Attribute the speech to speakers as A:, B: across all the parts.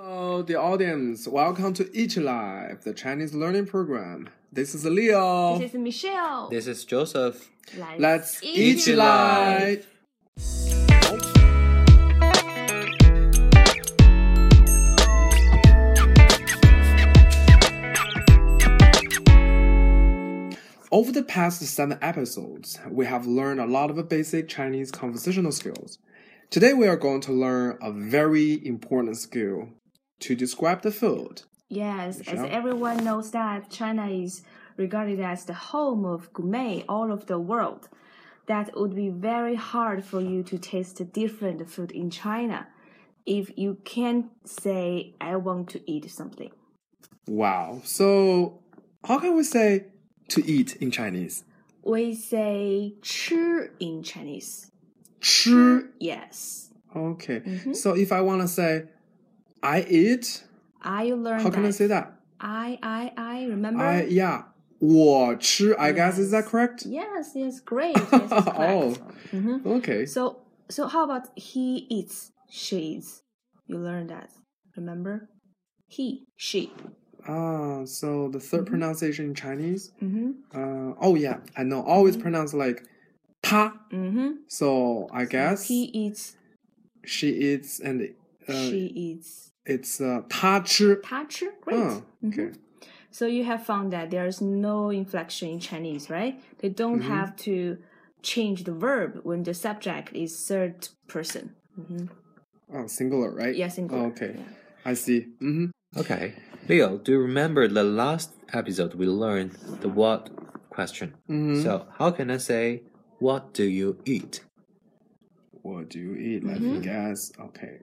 A: Hello, the audience. Welcome to Each Live, the Chinese learning program. This is Leo.
B: This is Michelle.
C: This is Joseph。
B: 来
A: Let's each
B: each
A: live. ！Over the past seven episodes, we have learned a lot of basic Chinese conversational skills. Today, we are going to learn a very important skill to describe the food.
B: Yes, as
A: Michelle?
B: everyone knows that China is regarded as the home of gourmet all over the world. That would be very hard for you to taste different food in China if you can't say I want to eat something.
A: Wow. So, how can we say to eat in Chinese?
B: We say 吃 in Chinese.
A: 吃
B: Yes.
A: Okay.
B: Mm-hmm.
A: So if I want to say, I eat,
B: I learned
A: how can I say that?
B: I I I remember.
A: I yeah. 我吃, I guess is that
B: Yes.
A: correct?
B: Yes, yes, great. Yes, it's
A: Oh.
B: correct. Mhm.
A: Okay.
B: So, so how about he eats, she eats? You learned that, remember? He, she.
A: Ah, so the 3rd pronunciation in Chinese.
B: Mm-hmm.
A: Uh, oh yeah, I know. Always pronounce like ta.
B: Mm-hmm.
A: So I guess
B: He eats,
A: she eats and uh,
B: she eats.
A: it's uh, 他吃.
B: 他吃, great. Mm-hmm.
A: Oh, okay.
B: So you have found that there's no inflection in Chinese, right? They don't
A: Mm-hmm.
B: have to change the verb when the subject is third person. Mm-hmm.
A: Oh, singular, right? Oh,
B: Yes, singular,
A: Okay.
B: yeah.
A: I see. Mm-hmm.
C: Okay, Leo, do you remember the last episode we learned the what question?
A: Mhm.
C: So how can I say what do you eat?
A: What do you eat? Let me guess. Okay.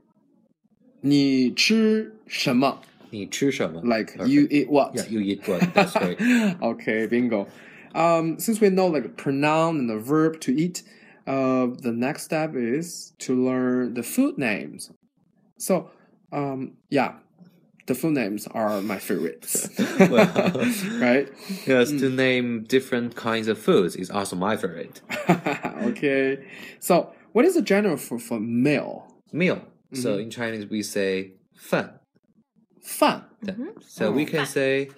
A: 你吃什么?
C: 你吃什么?
A: Like
C: Perfect.
A: you eat what?
C: Yeah, you eat what? That's great.
A: okay, bingo. Um, since we know like pronoun and the verb to eat, uh, the next step is to learn the food names. So, um, yeah, the food names are my favorites.
C: Well.
A: right?
C: yes, to name different kinds of foods is also my favorite.
A: okay. So, what is the general for for meal?
C: Meal. So in Chinese we say 饭.
A: 饭.
B: Mm-hmm.
C: So we can say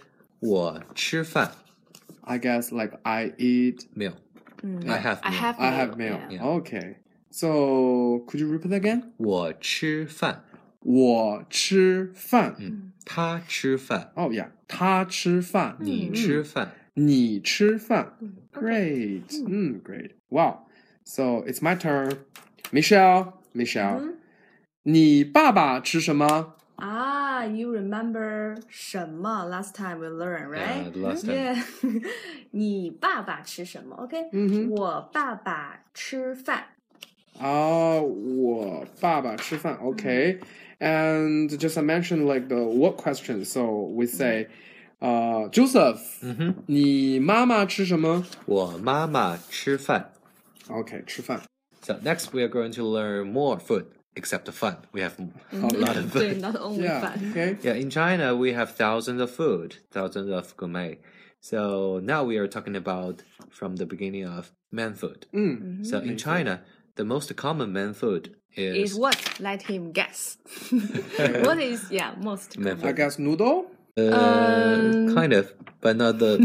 C: 我吃饭.
A: I guess like I eat
C: Meal. I have.
B: I
C: meal.
B: have.
A: I have meal.
B: yeah.
C: Yeah.
A: Okay. So could you repeat again?
C: 我吃饭.
A: 我吃饭.
C: 他吃饭.
A: Oh yeah. 他吃饭.
B: Hmm.
C: 你吃饭.
A: 你吃饭.
B: Mm-hmm.
A: Great. Mm, great. Wow. So it's my turn. Michelle.
B: Mm-hmm.
A: Michelle. 你爸爸吃什么?
B: Ah, you remember 什么 last time we learned, right?
C: Yeah, last time.
B: Yeah. 你爸爸吃什么？OK，、我爸爸吃饭。
A: Oh, 我爸爸吃饭. Okay. And just I mentioned like the what question. So we say, uh, Joseph,
C: Hmm. Mm. Mm-hmm.
A: 你妈妈吃什么?
C: 我妈妈吃饭.
A: Okay, 吃饭.
C: So next we are going to learn more food except the fun. We have a lot of food.
B: 对，not only
A: Yeah.
B: 饭。
A: Okay.
C: Yeah, in China we have thousands of food, thousands of gourmet. So now we are talking about from the beginning of man food.
A: Mm.
B: Mm-hmm.
C: So in China, the most common man food is
B: Is what? Let him guess. what is yeah most?
C: man
A: I
C: food.
A: guess noodle.
C: Uh,
B: Um.
C: kind of, but not the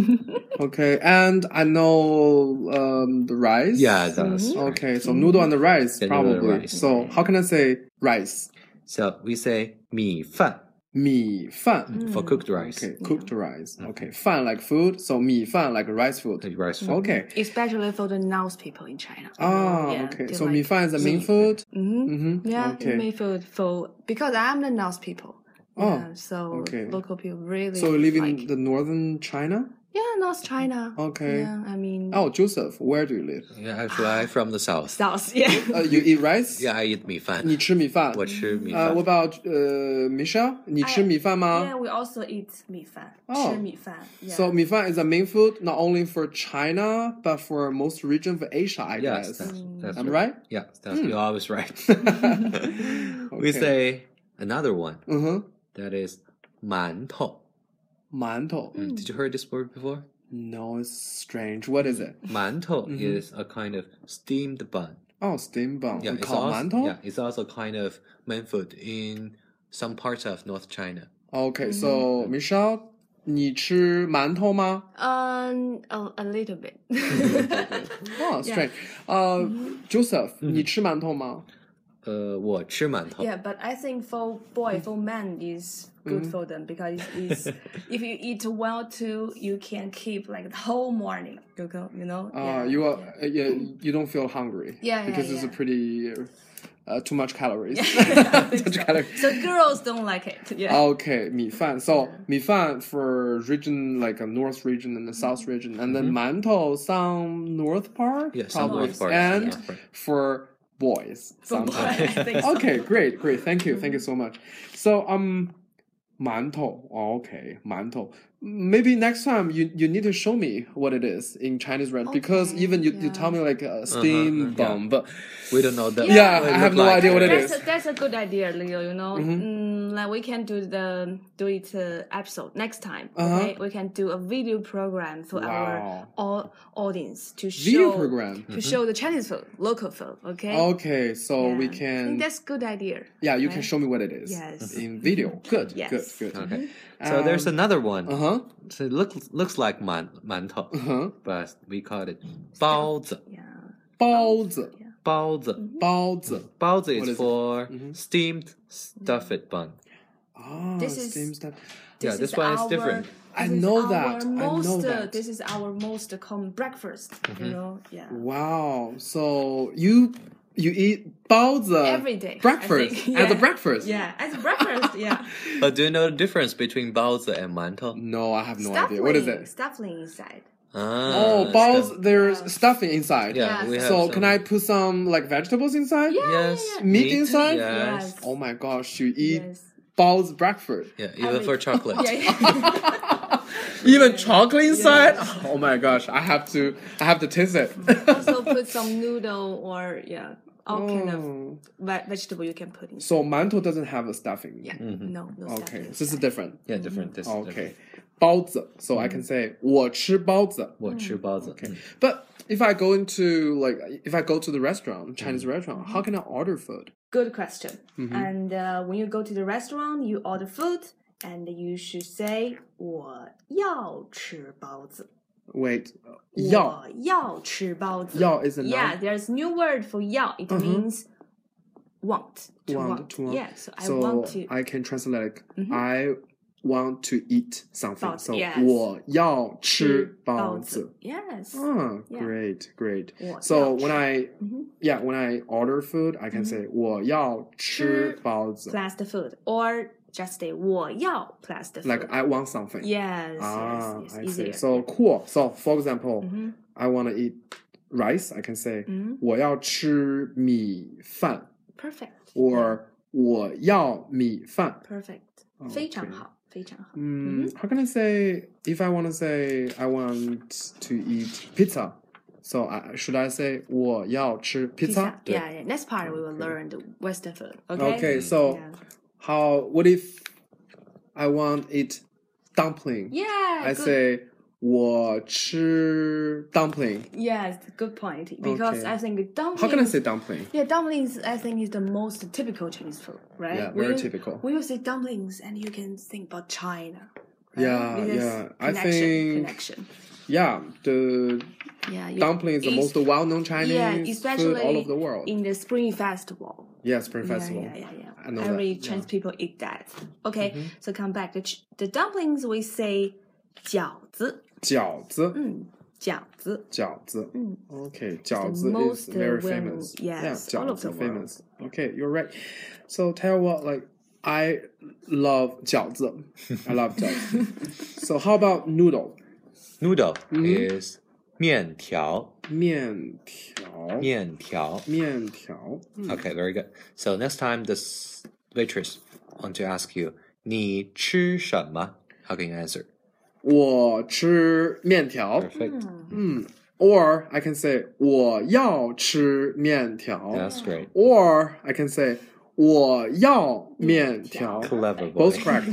A: Okay, and I know um the rice.
C: yeah.
B: Mm-hmm.
C: That's right.
A: Okay, so noodle and the rice
C: Yeah, noodle
A: probably.
C: and rice.
A: So how can I say rice?
C: So we say 米饭
A: Mi fan.
C: for
B: Mm.
C: cooked Mm. rice.
A: Okay,
C: Mm-hmm.
A: cooked rice. Okay, fan like food. So mi fan like rice food.
C: Like rice food.
A: Okay.
B: Especially for the North people in China.
A: Ah,
B: Yeah,
A: okay.
B: they
A: So mi
B: like
A: fan is the main
B: meat.
A: food.
B: Mhm.
A: Mm-hmm.
B: Yeah,
A: Okay.
B: me food for because I'm the North people.
A: Oh,
B: Yeah, so
A: okay.
B: local people really.
A: so you live in
B: like- Mm-hmm.
A: the northern China.
B: yeah North China.
A: Okay.
B: Yeah, I mean
A: Oh, Joseph, where do you live?
C: Yeah, actually, I'm from the south.
B: South. Yeah.
A: Uh, you eat rice?
C: Yeah, I eat 米饭.
A: 你吃米饭？Uh,
C: 我吃米饭。
A: what about uh, Michelle? 你吃米饭吗？
B: Yeah, we also eat 米饭，
A: Uh-huh. Oh.
B: 吃米饭。Yeah.
A: So mifan is a main food not only for China but for most regions of Asia, I
C: Yes,
A: guess.
C: that's,
B: Mm.
C: that's
A: I'm right?
C: Yeah, that's, you're always right. We
A: Hmm. Okay.
C: say another one
A: Uh-huh.
C: that is 馒头.
A: Mantou.
C: Did you heard this word before?
A: No, it's strange. What is it?
C: 馒头
A: Mm-hmm.
C: is a kind of steamed bun.
A: Oh, steam bun.
C: Yeah,
A: we
C: it's
A: call
C: also
A: mantou?
C: yeah, it's also kind of main food in some parts of North China.
A: Okay,
C: Mm-hmm.
A: so Michelle, 你吃馒头 吗？
D: Um, a, a little bit.
A: Oh, strange. Uh,
B: Mm-hmm.
A: Joseph,
C: Mm-hmm.
A: 你吃馒头吗？
C: Uh, 我吃馒头.
B: Yeah, but I think for boy, for men is good
A: Mm.
B: for them because it's, it's if you eat well too, you can keep like the whole morning. You go, you know.
A: Uh, you are uh, yeah, you don't feel hungry.
B: Yeah, yeah,
A: because it's a
B: yeah.
A: pretty uh, too much calories. too much calories.
B: so girls don't like it. Yeah.
A: Okay, 米饭. So 米饭 for region like a north region and the south region, and then mantou some north part.
C: Yeah, some
A: probably.
C: north part, some
A: And
C: north part.
A: for boys,
B: for
A: some
B: boy, I think so.
A: Okay, great, great. Thank you, thank you so much. So um, mantou. Okay, mantou. Maybe next time you you need to show me what it is in Chinese rent because
D: Okay,
A: even you you
D: yeah.
A: tell me like a steam
C: Uh-huh, yeah.
A: bomb, but
C: We don't know that.
A: Yeah,
C: what it
A: I have
C: look
A: no
C: like.
A: idea what it
B: that's
A: is. Mm-hmm.
B: A, that's a good idea, Leo. You know, mm, like we can do the do it uh, episode next time.
A: Uh-huh.
B: Okay, we can do a video program for
A: Wow.
B: our all audience to
A: video
B: show
A: program. Oh,
B: to
C: Mm-hmm.
B: show the Chinese food, local food. Okay.
A: Okay, so we
B: Yeah. I think
A: can
B: that's good idea.
A: yeah, you can
B: right?
A: show me what it is
B: Yes.
A: in video. Good,
B: Yes.
A: good, Um, good.
C: Okay.
A: Mm-hmm.
C: So there's another one.
A: Uh huh.
C: So it looks looks like man,
A: Uh
C: mantou,
A: huh.
C: but we call it baozi.
B: Yeah.
A: 包子，
C: Baozi.
A: 包子
C: Baozi
A: What
C: is,
A: is it? Mm-hmm.
C: for steamed stuffed bun.
A: Ah,
B: This is-
A: same stuff.
C: Yeah,
B: This
C: this
B: is
C: one is
B: our-
C: different.
A: I
B: This is
A: know
B: our
A: that. I know
B: Most, uh,
A: that.
B: This is our most common breakfast.
C: Mm-hmm.
B: You know. Yeah.
A: Wow. So you you eat 包子
B: Every day, I
A: breakfast
B: think.
A: as a
B: Yeah.
A: breakfast.
B: Yeah, as breakfast. Yeah.
C: But do you know the difference between baozi and mantou?
A: No, I have no
B: stuffing,
A: idea. What is it?
B: Stuffing inside.
C: Ah,
A: Oh,
C: it's
A: bao.
C: the-
A: There's stuffing inside.
B: Yeah,
C: Yeah, we have
A: So
C: some-
A: can I put some like vegetables inside?
B: Yeah.
C: Yes.
A: Meat inside?
C: Yes.
B: Yes.
A: Oh my gosh, you eat
B: Yes.
A: 包子 breakfast.
C: Yeah, even
B: Every-
C: for chocolate.
B: Yeah. yeah.
A: Even chocolate inside? Oh my gosh, I have to I have to taste it.
B: also put some noodle or yeah, all kind of
A: Oh.
B: ve- vegetable you can put in.
A: So mantou doesn't have a stuffing.
B: Yeah, no, no
A: Mm-hmm. Okay,
B: stuffing.
A: this is different.
C: Yeah, different. Mm-hmm. This
A: Oh, Okay. 包子. So I can say 我吃包子.
C: Okay.
A: But if I go into like if I go to the restaurant, Chinese
C: Mm-hmm.
A: restaurant, how can I order food?
B: Good question.
A: Mm-hmm.
B: And uh, when you go to the restaurant, you order food, and you should say 我要吃包子.
A: Wait, yao
B: 我要吃包子.
A: yao is a noun. Mm-hmm.
B: Yeah, there's new word for 要. It means want. To want.
A: Want, to want.
B: Yeah, so I
A: so
B: want to.
A: I can translate like I want to eat something.
B: Bao-
A: so
B: yes.
A: 我要吃包子.
B: Yes.
A: Ah,
B: Yeah.
A: great, great.
B: 我要
A: So when I
B: Mhm.
A: yeah when I order food, I can
B: Mm-hmm.
A: say 我要吃包子.
B: plus the food or just say 我要 plus the food.
A: Like I want something.
B: yes,
A: Ah,
B: yes, yes,
A: I
B: easier. Mm-hmm.
A: see. So cool. So for example, I want to eat rice. I can say
B: Mm-hmm.
A: 我要吃米饭
B: perfect,
A: or 我要米饭.
B: perfect.
A: Okay.
B: 非常好，非常好。
A: Mm,
B: Mm-hmm.
A: How can I say if I want to say I want to eat pizza? So I, should I say 我要吃 pizza?
B: Yeah, yeah. Next part we will learn the Western food. Okay.
A: Okay. So
B: Yeah.
A: how? What if I want eat dumpling?
B: Yeah.
A: I
B: good.
A: say 我吃 dumpling.
B: yes. Good point. Because
A: Okay.
B: I think dumplings.
A: How can I say dumpling?
B: Yeah, dumplings. I think is the most typical Chinese food, right?
A: Yeah, very
B: We-
A: typical.
B: We will say dumplings, and you can think about China. right?
A: Yeah,
B: Because
A: yeah. I
B: Connection,
A: think-
B: connection.
A: Yeah, the
B: Yeah, you-
A: dumpling is the
B: it's-
A: most well-known Chinese
B: yeah,
A: food
B: especially
A: all over the world.
B: in the Spring Festival.
A: yes, Spring
B: Yeah,
A: Festival.
B: yeah, yeah,
A: I
B: yeah.
A: know
B: Every
A: that.
B: Chinese people eat that. Okay, so come back. The, ch- the dumplings we say Mm, 饺子,
A: 饺子，
B: 饺子.
A: 饺子. Okay, 饺子 is
B: Mm. most, uh,
A: very
B: well-
A: famous.
B: yes,
A: yeah,
B: all of
A: 饺子
B: the world.
A: famous. Okay, you're right. So tell you what, like I love 饺子. I love 饺子. so how about noodle?
C: Noodle
A: Mm-hmm.
C: is 面条,
A: 面条,
C: 面条.
A: 面条.
C: Okay, very good. So next time this waitress want to ask you, 你吃什么? How can you answer?
A: 我吃面条.
C: Perfect.
B: Mm.
A: Or I can say 我要吃面条.
C: That's
B: Mm.
C: great.
A: Or I can say 我要面条.
C: Clever boy.
A: Both correct.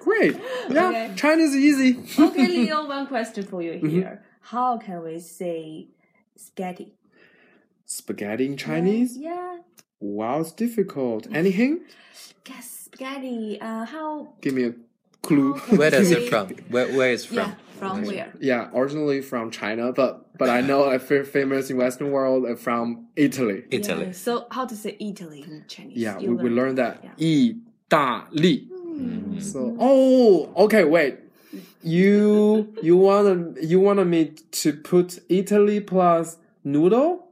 A: Great. Yeah,
B: Okay.
A: Chinese is easy.
B: Okay, Leo, one question for you here. How can we say spaghetti?
A: Spaghetti in Chinese?
B: Yeah,
A: Wow, it's difficult. Any hint?
B: guess spaghetti. Uh, how?
A: Give me a clue.
B: Oh,
C: Where does
B: Can
C: it
B: we-
C: from? Where, where is from?
D: Yeah, from where?
A: yeah, originally from China, but but I know a fa- famous in Western world uh, from Italy.
C: Italy.
B: Yeah, so how to say Italy in Chinese?
A: Yeah, we,
B: You Mm.
A: we learned that.
B: Yeah.
A: Italy.
C: Mhm.
A: So oh okay wait. You you wanna you wanna me to put Italy plus noodle?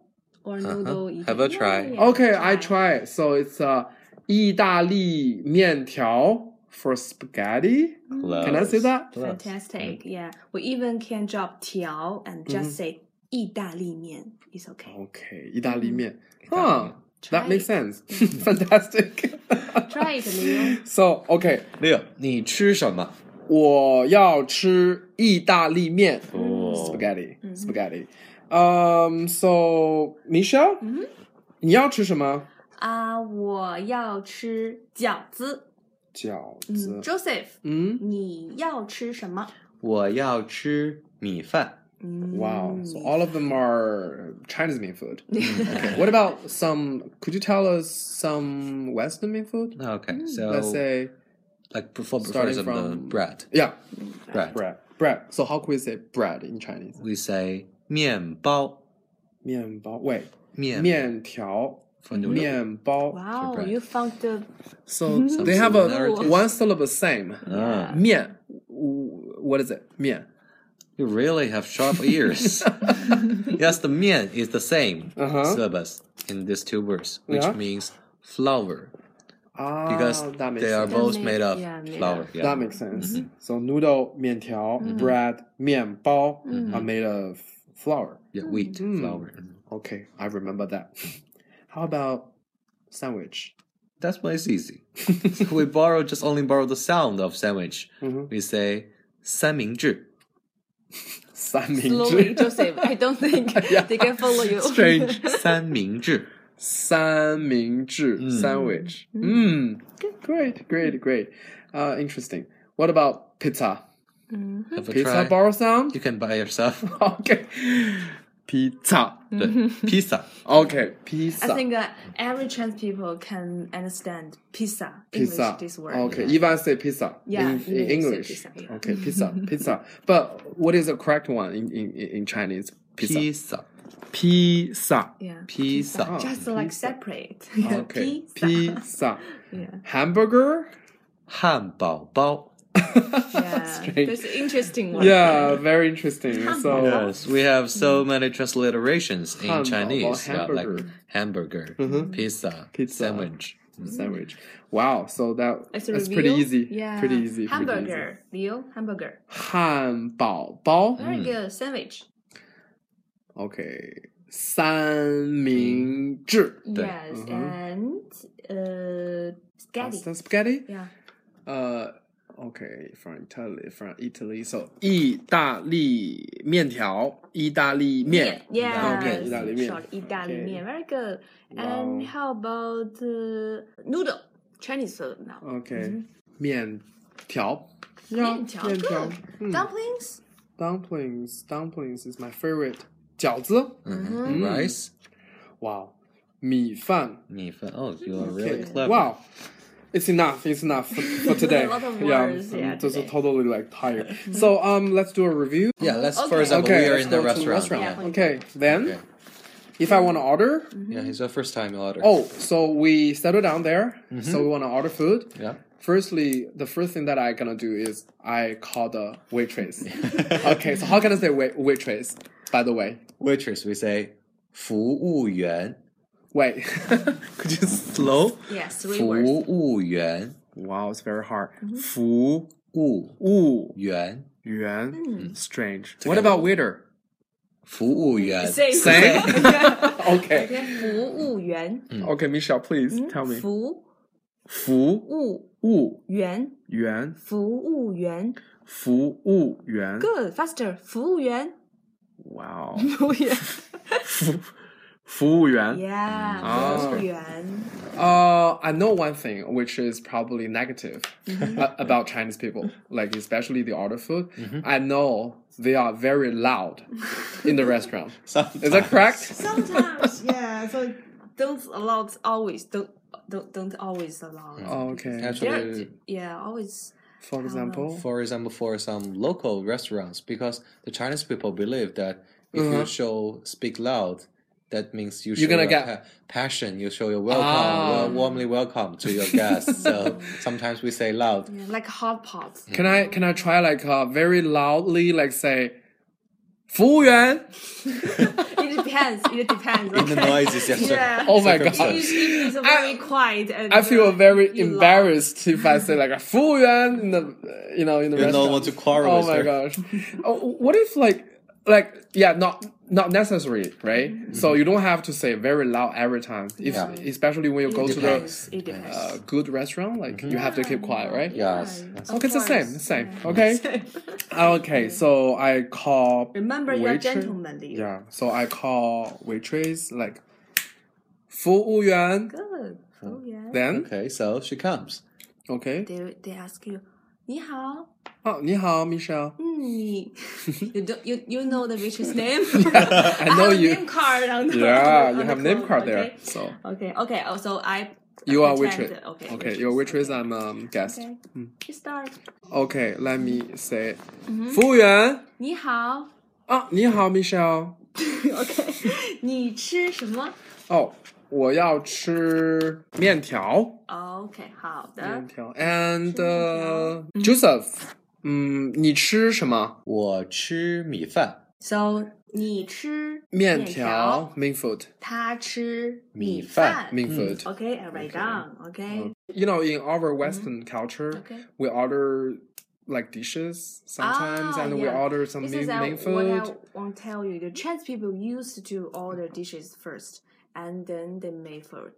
B: Or
C: Uh-huh.
B: noodle.
C: Have a
B: Italy.
C: try.
B: Yeah, yeah, yeah.
A: Okay, I try. it. So it's uh 意大利面条 for spaghetti.
B: Mm,
A: Can I say
C: Close.
A: that?
C: Close.
B: Fantastic. Yeah, we even can drop 调 and
A: Mm-hmm.
B: just say 意大利面 is okay.
A: Okay, 意大利面. Huh.
C: Italian.
A: Oh, That
B: Mm. Try
A: makes
B: it.
A: sense.
B: Mm.
A: Fantastic.
B: Try it, Leo.
A: So okay,
C: 六，你吃什么？
A: 我要吃意大利面
B: Oh.
C: 哦，
A: spaghetti
B: Mm-hmm.
A: spaghetti. Um, so Michelle,
B: 嗯哼。
A: 你要吃什么？饺子。
B: 啊，Ah, 我要吃饺子。嗯，Joseph，
A: 嗯，
B: 你要吃什么？
C: 我要吃米饭。
B: 嗯
A: Wow. So all of them are Chinese mean food. Okay. What about some? Could you tell us some Western mean food?
C: Okay,
B: Mm.
C: so
A: Let's say
C: like for, for
A: starting
C: example,
A: from-
C: uh, bread,
A: yeah,
C: bread,
A: bread, bread. So how could we say bread in Chinese?
C: we say 面包，
A: 面包 wait
C: 面
A: 面条
C: for noodle.
A: 面包.
B: Wow,
C: bread.
B: you found the
A: So
C: Some
A: they have a
C: similarities.
A: one syllable same.
C: 嗯
A: 面 what is it? 面
C: You really have sharp ears. yes, the 面 is the same
A: Uh-huh.
C: syllabus in these two words, which
A: Yeah.
C: means flour
A: ah
C: because
A: that makes
C: they are
A: sense.
C: both
D: That
C: made
D: make-
C: of
D: yeah, made
C: flour.
D: of-
C: Yeah. Mm-hmm.
A: That makes sense. So noodle, 面条, bread, 面包 are made of flour.
C: yeah, wheat
A: Mm.
C: flour.
A: Okay, I remember that. How about sandwich?
C: That's why it's easy. so we borrow just only borrow the sound of sandwich.
A: Mhm.
C: We say 三明治.
D: slowly,
A: 三明治.
D: Joseph. I don't think
A: Yeah.
D: they can follow you.
A: Strange.
C: 三明治.
A: 三明治
C: Mm.
A: sandwich. Mm. Great, great, great. Uh, interesting. What about pizza?
B: Mm-hmm.
C: Have a
A: Pizza
C: try.
A: borrow sound?
C: You can buy yourself.
A: Okay. Pizza.
C: 对 pizza.
A: Okay,
D: I
A: pizza.
D: think that every trans people can understand pizza,
A: pizza.
D: English, this word.
A: Okay, even I say pizza.
D: Yeah,
A: in, in
D: even you say
A: English.
D: pizza, yeah.
A: Okay, pizza, pizza. But what is the correct one in in, in Chinese? Pizza.
C: Pizza.
A: Pizza.
D: Yeah.
C: Pizza.
D: Just like
A: Oh, pizza.
D: separate.
A: Okay,
D: Pizza.
A: pizza.
D: Yeah.
A: Hamburger.
C: 汉堡包.
D: Yeah.
A: Strange.
D: That's an interesting one.
A: Yeah, very interesting. So
C: Yes, we have so many transliterations in
A: 汉堡包,
C: Chinese, yeah, like
A: hamburger.
C: hamburger, pizza,
A: Pizza.
C: sandwich. Mm-hmm.
A: sandwich. Wow. So that
D: As a
A: that's
D: review,
A: pretty easy.
D: Yeah.
A: Pretty easy. Pretty easy.
B: hamburger, Leo, hamburger.
A: 汉堡包.
B: Very good sandwich.
A: Okay. 三明治.
B: Yes, and uh, spaghetti.
A: uh-huh. Pasta spaghetti.
B: Yeah.
A: Uh, okay, from Italy, from Italy. So 意大利面条，意大利面。
B: Yeah.
A: Okay, 意大利面。
B: Short 意大利面.
A: Okay.
B: Very good.
A: Wow.
B: And how about uh, noodle?
D: Chinese food now.
A: Oh.
B: Mm-hmm.
A: Okay, 面条。
D: 面条，
A: 面条。
D: good.
A: 嗯
B: Mm. Dumplings?
A: Hmm. Dumplings, dumplings is my favorite. 饺子。Mm-hmm.
C: Mhm. Rice,
A: Wow. 米饭。
C: 米饭. Oh, you are really clever.
A: Wow. It's enough. It's enough for, for today.
D: lot of words,
A: yeah, um,
D: yeah,
A: I'm just
D: today.
A: totally like tired. so um, let's do a review.
C: Yeah, let's for
D: Okay.
C: example, we are
A: let's
C: in the
A: go to
C: restaurant.
A: restaurant. Hmm? Okay, then if I want to order,
C: Yeah, it's your first time order.
A: Oh, so we settle down there.
C: Mm-hmm.
A: So we want to order food.
C: yeah.
A: Firstly, the first thing that I gonna do is I call the waitress. okay, so how can I say wait, waitress? By the way,
C: Waitress, we say 服务员.
A: wait. Could you slow?
D: Yes, we were.
C: 服务员.
A: Wow, it's very hard.
D: Mm-hmm.
C: 服务员.
A: 服务员,
B: Mm.
A: strange. What about waiter?
C: 服务员.
D: Say-
A: Same. okay.
B: Okay, 服务员.
A: Okay, Michelle, please
B: Mm.
A: tell me. 服务员,
B: 服务员.服务员. Good, faster. 服务员.
A: Wow.
D: 服务员。
A: 服务员.
B: Yeah,
A: Ah.
B: 服务员.
A: Uh, I know one thing, which is probably negative a- about Chinese people, like especially the order food. I know they are very loud in the restaurant. Is that correct?
D: Sometimes, yeah. So don't allow always don't
B: don't don't always allow. it.
A: Okay.
B: They're-
C: Actually,
B: yeah, always.
A: For example,
C: Um, for example, for some local restaurants, because the Chinese people believe that if
A: Uh-huh.
C: you show speak loud, that means you show
A: You're gonna
C: your
A: get-
C: pa- passion. You show your welcome,
A: Ah.
C: wel- warmly welcome to your guests. so sometimes we say loud.
B: Yeah, like hot pot.
A: can I can I try like uh, very loudly like say, 服务员
B: It depends. It depends.
C: In the
B: okay.
C: noises, yes, sir.
B: Yeah.
A: Oh my god.
B: If,
C: Circumstance.
B: if it's very quiet, and
A: I feel very
B: you laugh.
A: embarrassed if I say like a "服务员" in the uh, you know in the
C: You
A: restaurant.
C: don't want to quarrel
A: Oh
C: with
A: my
C: her.
A: gosh. oh, what if like like yeah not not necessary right? So you don't have to say very loud every time. If
C: Mm-hmm. Yeah.
A: especially when you
B: It
A: go to the
B: depends. It depends.
A: uh, good restaurant, like
C: Mm-hmm.
A: you have to keep quiet, right?
C: Yes.
B: Right.
A: Okay,
B: Of
A: it's the same,
B: course.
A: the same.
B: Yeah.
A: Okay,
B: Same.
A: okay.
B: Mm-hmm.
A: So I call
B: Remember, you're
A: Waitress-
B: gentlemanly.
A: yeah. So I call waitress like, 服务员.
B: Good. Oh yeah.
A: Then
C: Okay, so she comes.
A: okay.
B: They they ask you, 你好.
A: Oh, 你好, Michelle.
B: Mm. you don't you you know the waitress name?
A: I know
B: have a
A: you.
B: Name card on the,
A: Yeah,
B: on the
A: you have
B: cloth,
A: name card there.
B: Okay,
A: So
B: okay. okay. Oh, so I.
A: you are
B: pretend-
A: waitress.
B: Okay.
A: Okay, you're waitress. I'm um guest.
B: Okay. You start.
A: Okay, let me say,
B: Mhm.
A: 服务员.
B: 你好.
A: Ah, 你好, Michelle.
B: okay. 你吃什么?
A: Oh, 我要吃面条.
B: Oh, Okay. 好的.
A: 面条. And uh, Joseph. 嗯，你吃什么？
C: 我吃米饭。
B: So 你吃
A: 面条. Main food.
B: 他吃米饭.
A: Main food.
B: Mm. Okay. I write down. Okay.
A: You know, in our Western culture,
B: Okay.
A: we order like dishes sometimes,
B: Ah,
A: and we
B: yeah.
A: order some
B: This
A: main,
B: is uh,
A: main
B: what I
A: food.
B: want to tell you. The Chinese people used to order dishes first, and then they made food.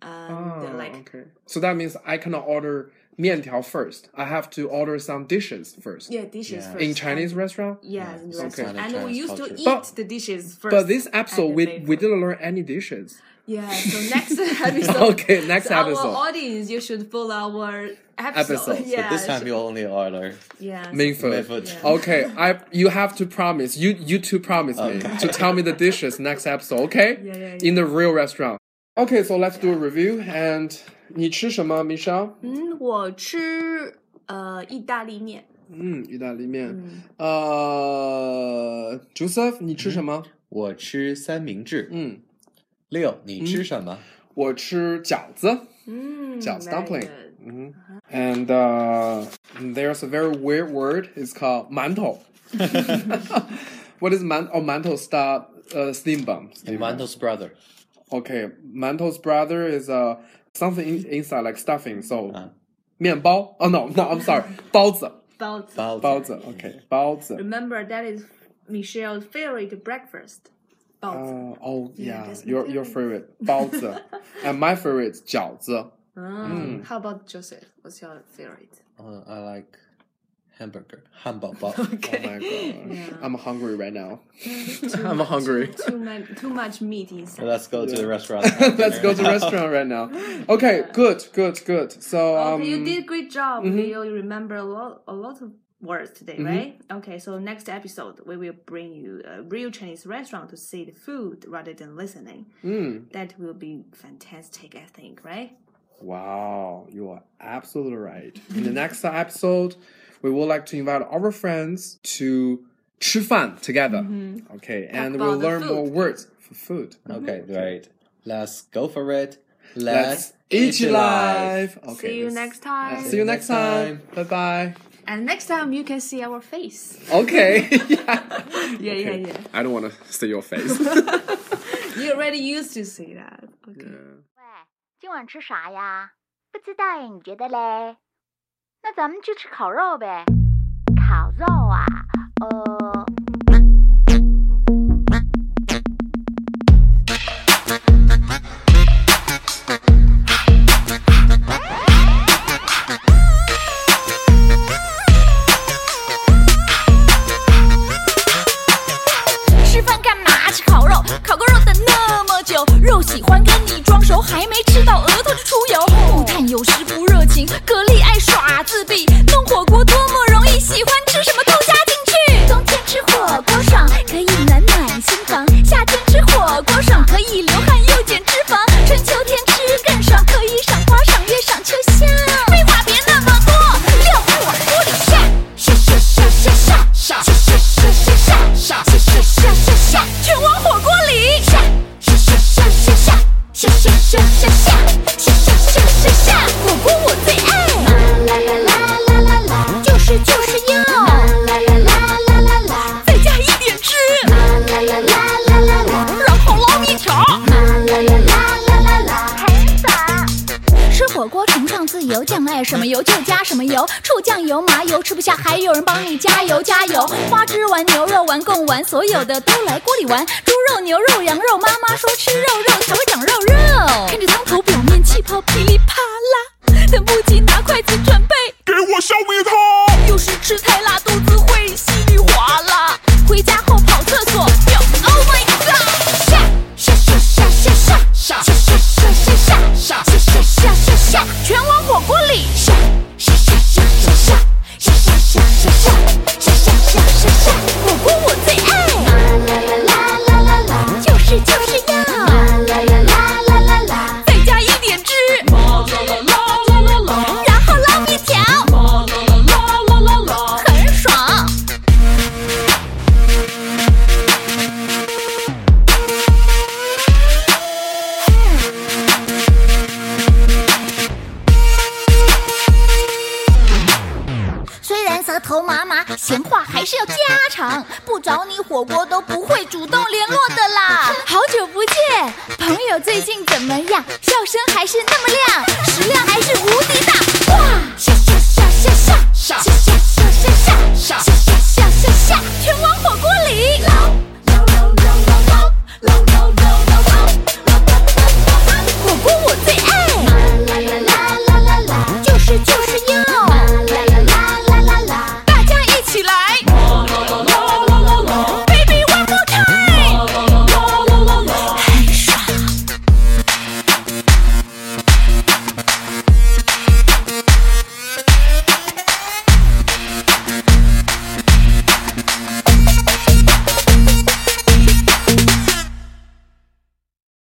B: And uh,
A: Ah,
B: like
A: okay. So that means I cannot order 面条 first. I have to order some dishes first.
B: yeah, dishes
C: Yeah.
B: first.
A: In Chinese
B: and,
A: restaurant?
B: yeah, in
C: it's
B: the restaurant.
C: kind of
B: And we
C: Chinese
B: used to
C: culture.
B: eat
A: But-
B: the dishes first.
A: But this episode,
B: and
A: we,
B: then
A: we
B: made food.
A: didn't learn any dishes.
B: yeah. So next episode.
A: okay, next
B: to
A: episode.
B: Our audience, you should follow our
A: Episode.
B: episode.
A: So
B: Yeah,
C: But this time you only order
B: yeah.
A: Main food.
C: main food.
B: Yeah.
A: Okay, I you have to promise you you two promise me
C: Okay.
A: to tell me the dishes next episode, okay?
B: Yeah, yeah,
A: In the real restaurant. Okay, so let's do a review. And 你吃什么, Michelle?
B: Mm, 嗯，我吃呃意大利面。
A: Hmm, 嗯，意大利面。
B: Hmm.
A: 呃 Uh, Joseph, 你吃什么？
C: 我吃三明治。
A: 嗯。
C: 六，你吃什么？
A: 我吃饺子。
B: 嗯，
A: 饺子
B: very
A: dumpling
B: good.
A: And uh, there's a very weird word. It's called mantou. what is man? Oh, mantou star uh, steam bomb. Steam bomb.
C: Manto's brother.
A: Okay, mantou's brother is uh something in, inside like stuffing. So,
C: Ah.
A: 面包. Oh no, no, I'm sorry. 包子.
B: 包子。
C: 包子。
A: 包子. Okay, 包子.
B: Remember that is Michelle's favorite breakfast.
A: 呃
B: 包子。
A: oh yeah,
B: that's my
A: your your favorite 包子 and my favorite is 饺子.
B: Mm. How about Joseph? What's your favorite?
C: Uh, I like hamburger. 汉堡包。
A: Oh my gosh,
B: Yeah.
A: I'm hungry right now. I'm hungry.
B: Too much, too much meat inside.
C: Let's go to the restaurant.
A: Let's go to restaurant right now. Okay, good, good, good. So um,
B: okay, you did great job. Leo. You remember a lot, a lot of words today, right? Okay, so next episode we will bring you a real Chinese restaurant to see the food rather than listening. That will be fantastic, I think, right?
A: Wow, you are absolutely right. In the next episode, we would like to invite our friends to 吃饭 together. Okay, and
B: Mm-hmm. about
A: we'll
B: the
A: learn more
B: food.
A: words for food.
C: Okay, right. Let's go for it.
A: Let's
C: Let's,
A: eat
C: it
A: live. Okay,
B: see you
A: let's-
B: next time.
A: See you next time. Bye bye.
B: And next time you can see our face.
A: Okay. yeah.
B: Yeah, yeah, yeah.
A: I don't want to see your face.
B: You already used to say that. Okay.
E: 喂，今晚吃啥呀？不知道哎，你觉得嘞？那咱们去吃烤肉呗。烤肉啊，呃。
F: 吃饭干嘛？吃烤肉，烤个肉等那么久，肉喜欢跟你装熟，还没吃到额头就出油。木炭有时不热情，蛤蜊爱耍自闭，弄火锅多么容易，喜欢吃什么都加进去。冬天吃火锅爽，可以暖暖心房；夏天吃火锅爽，可以流汗又减脂肪；春秋天吃更爽，可以牛，醋酱油麻油吃不下，还有人帮你加油加油。花枝丸、牛肉丸、贡丸，所有的都来锅里玩。猪肉、牛肉、羊肉，妈妈说吃肉肉才会长肉肉。看着汤头表面气泡噼里啪啦，等不及拿筷子准备。
G: 给我消灭它！
F: 有时吃太辣，肚子会稀里哗啦。回家后跑厕所，哟，Oh my god！下下下下下下下下下下下下下下下下，全往火锅里下下下下下下下下下下下下下下下下，火锅我最爱。啦啦啦啦，就是就是要。啦啦啦啦啦啦，再加一点汁。啦啦啦啦啦啦，然后捞面条。啦啦啦啦啦啦，很爽。虽然舌头麻麻，闲话还是要家常。不找你火锅都不会主动联络的啦。 好久不见，朋友最近怎么样？笑声还是那么亮，食量还是无敌大。哇！下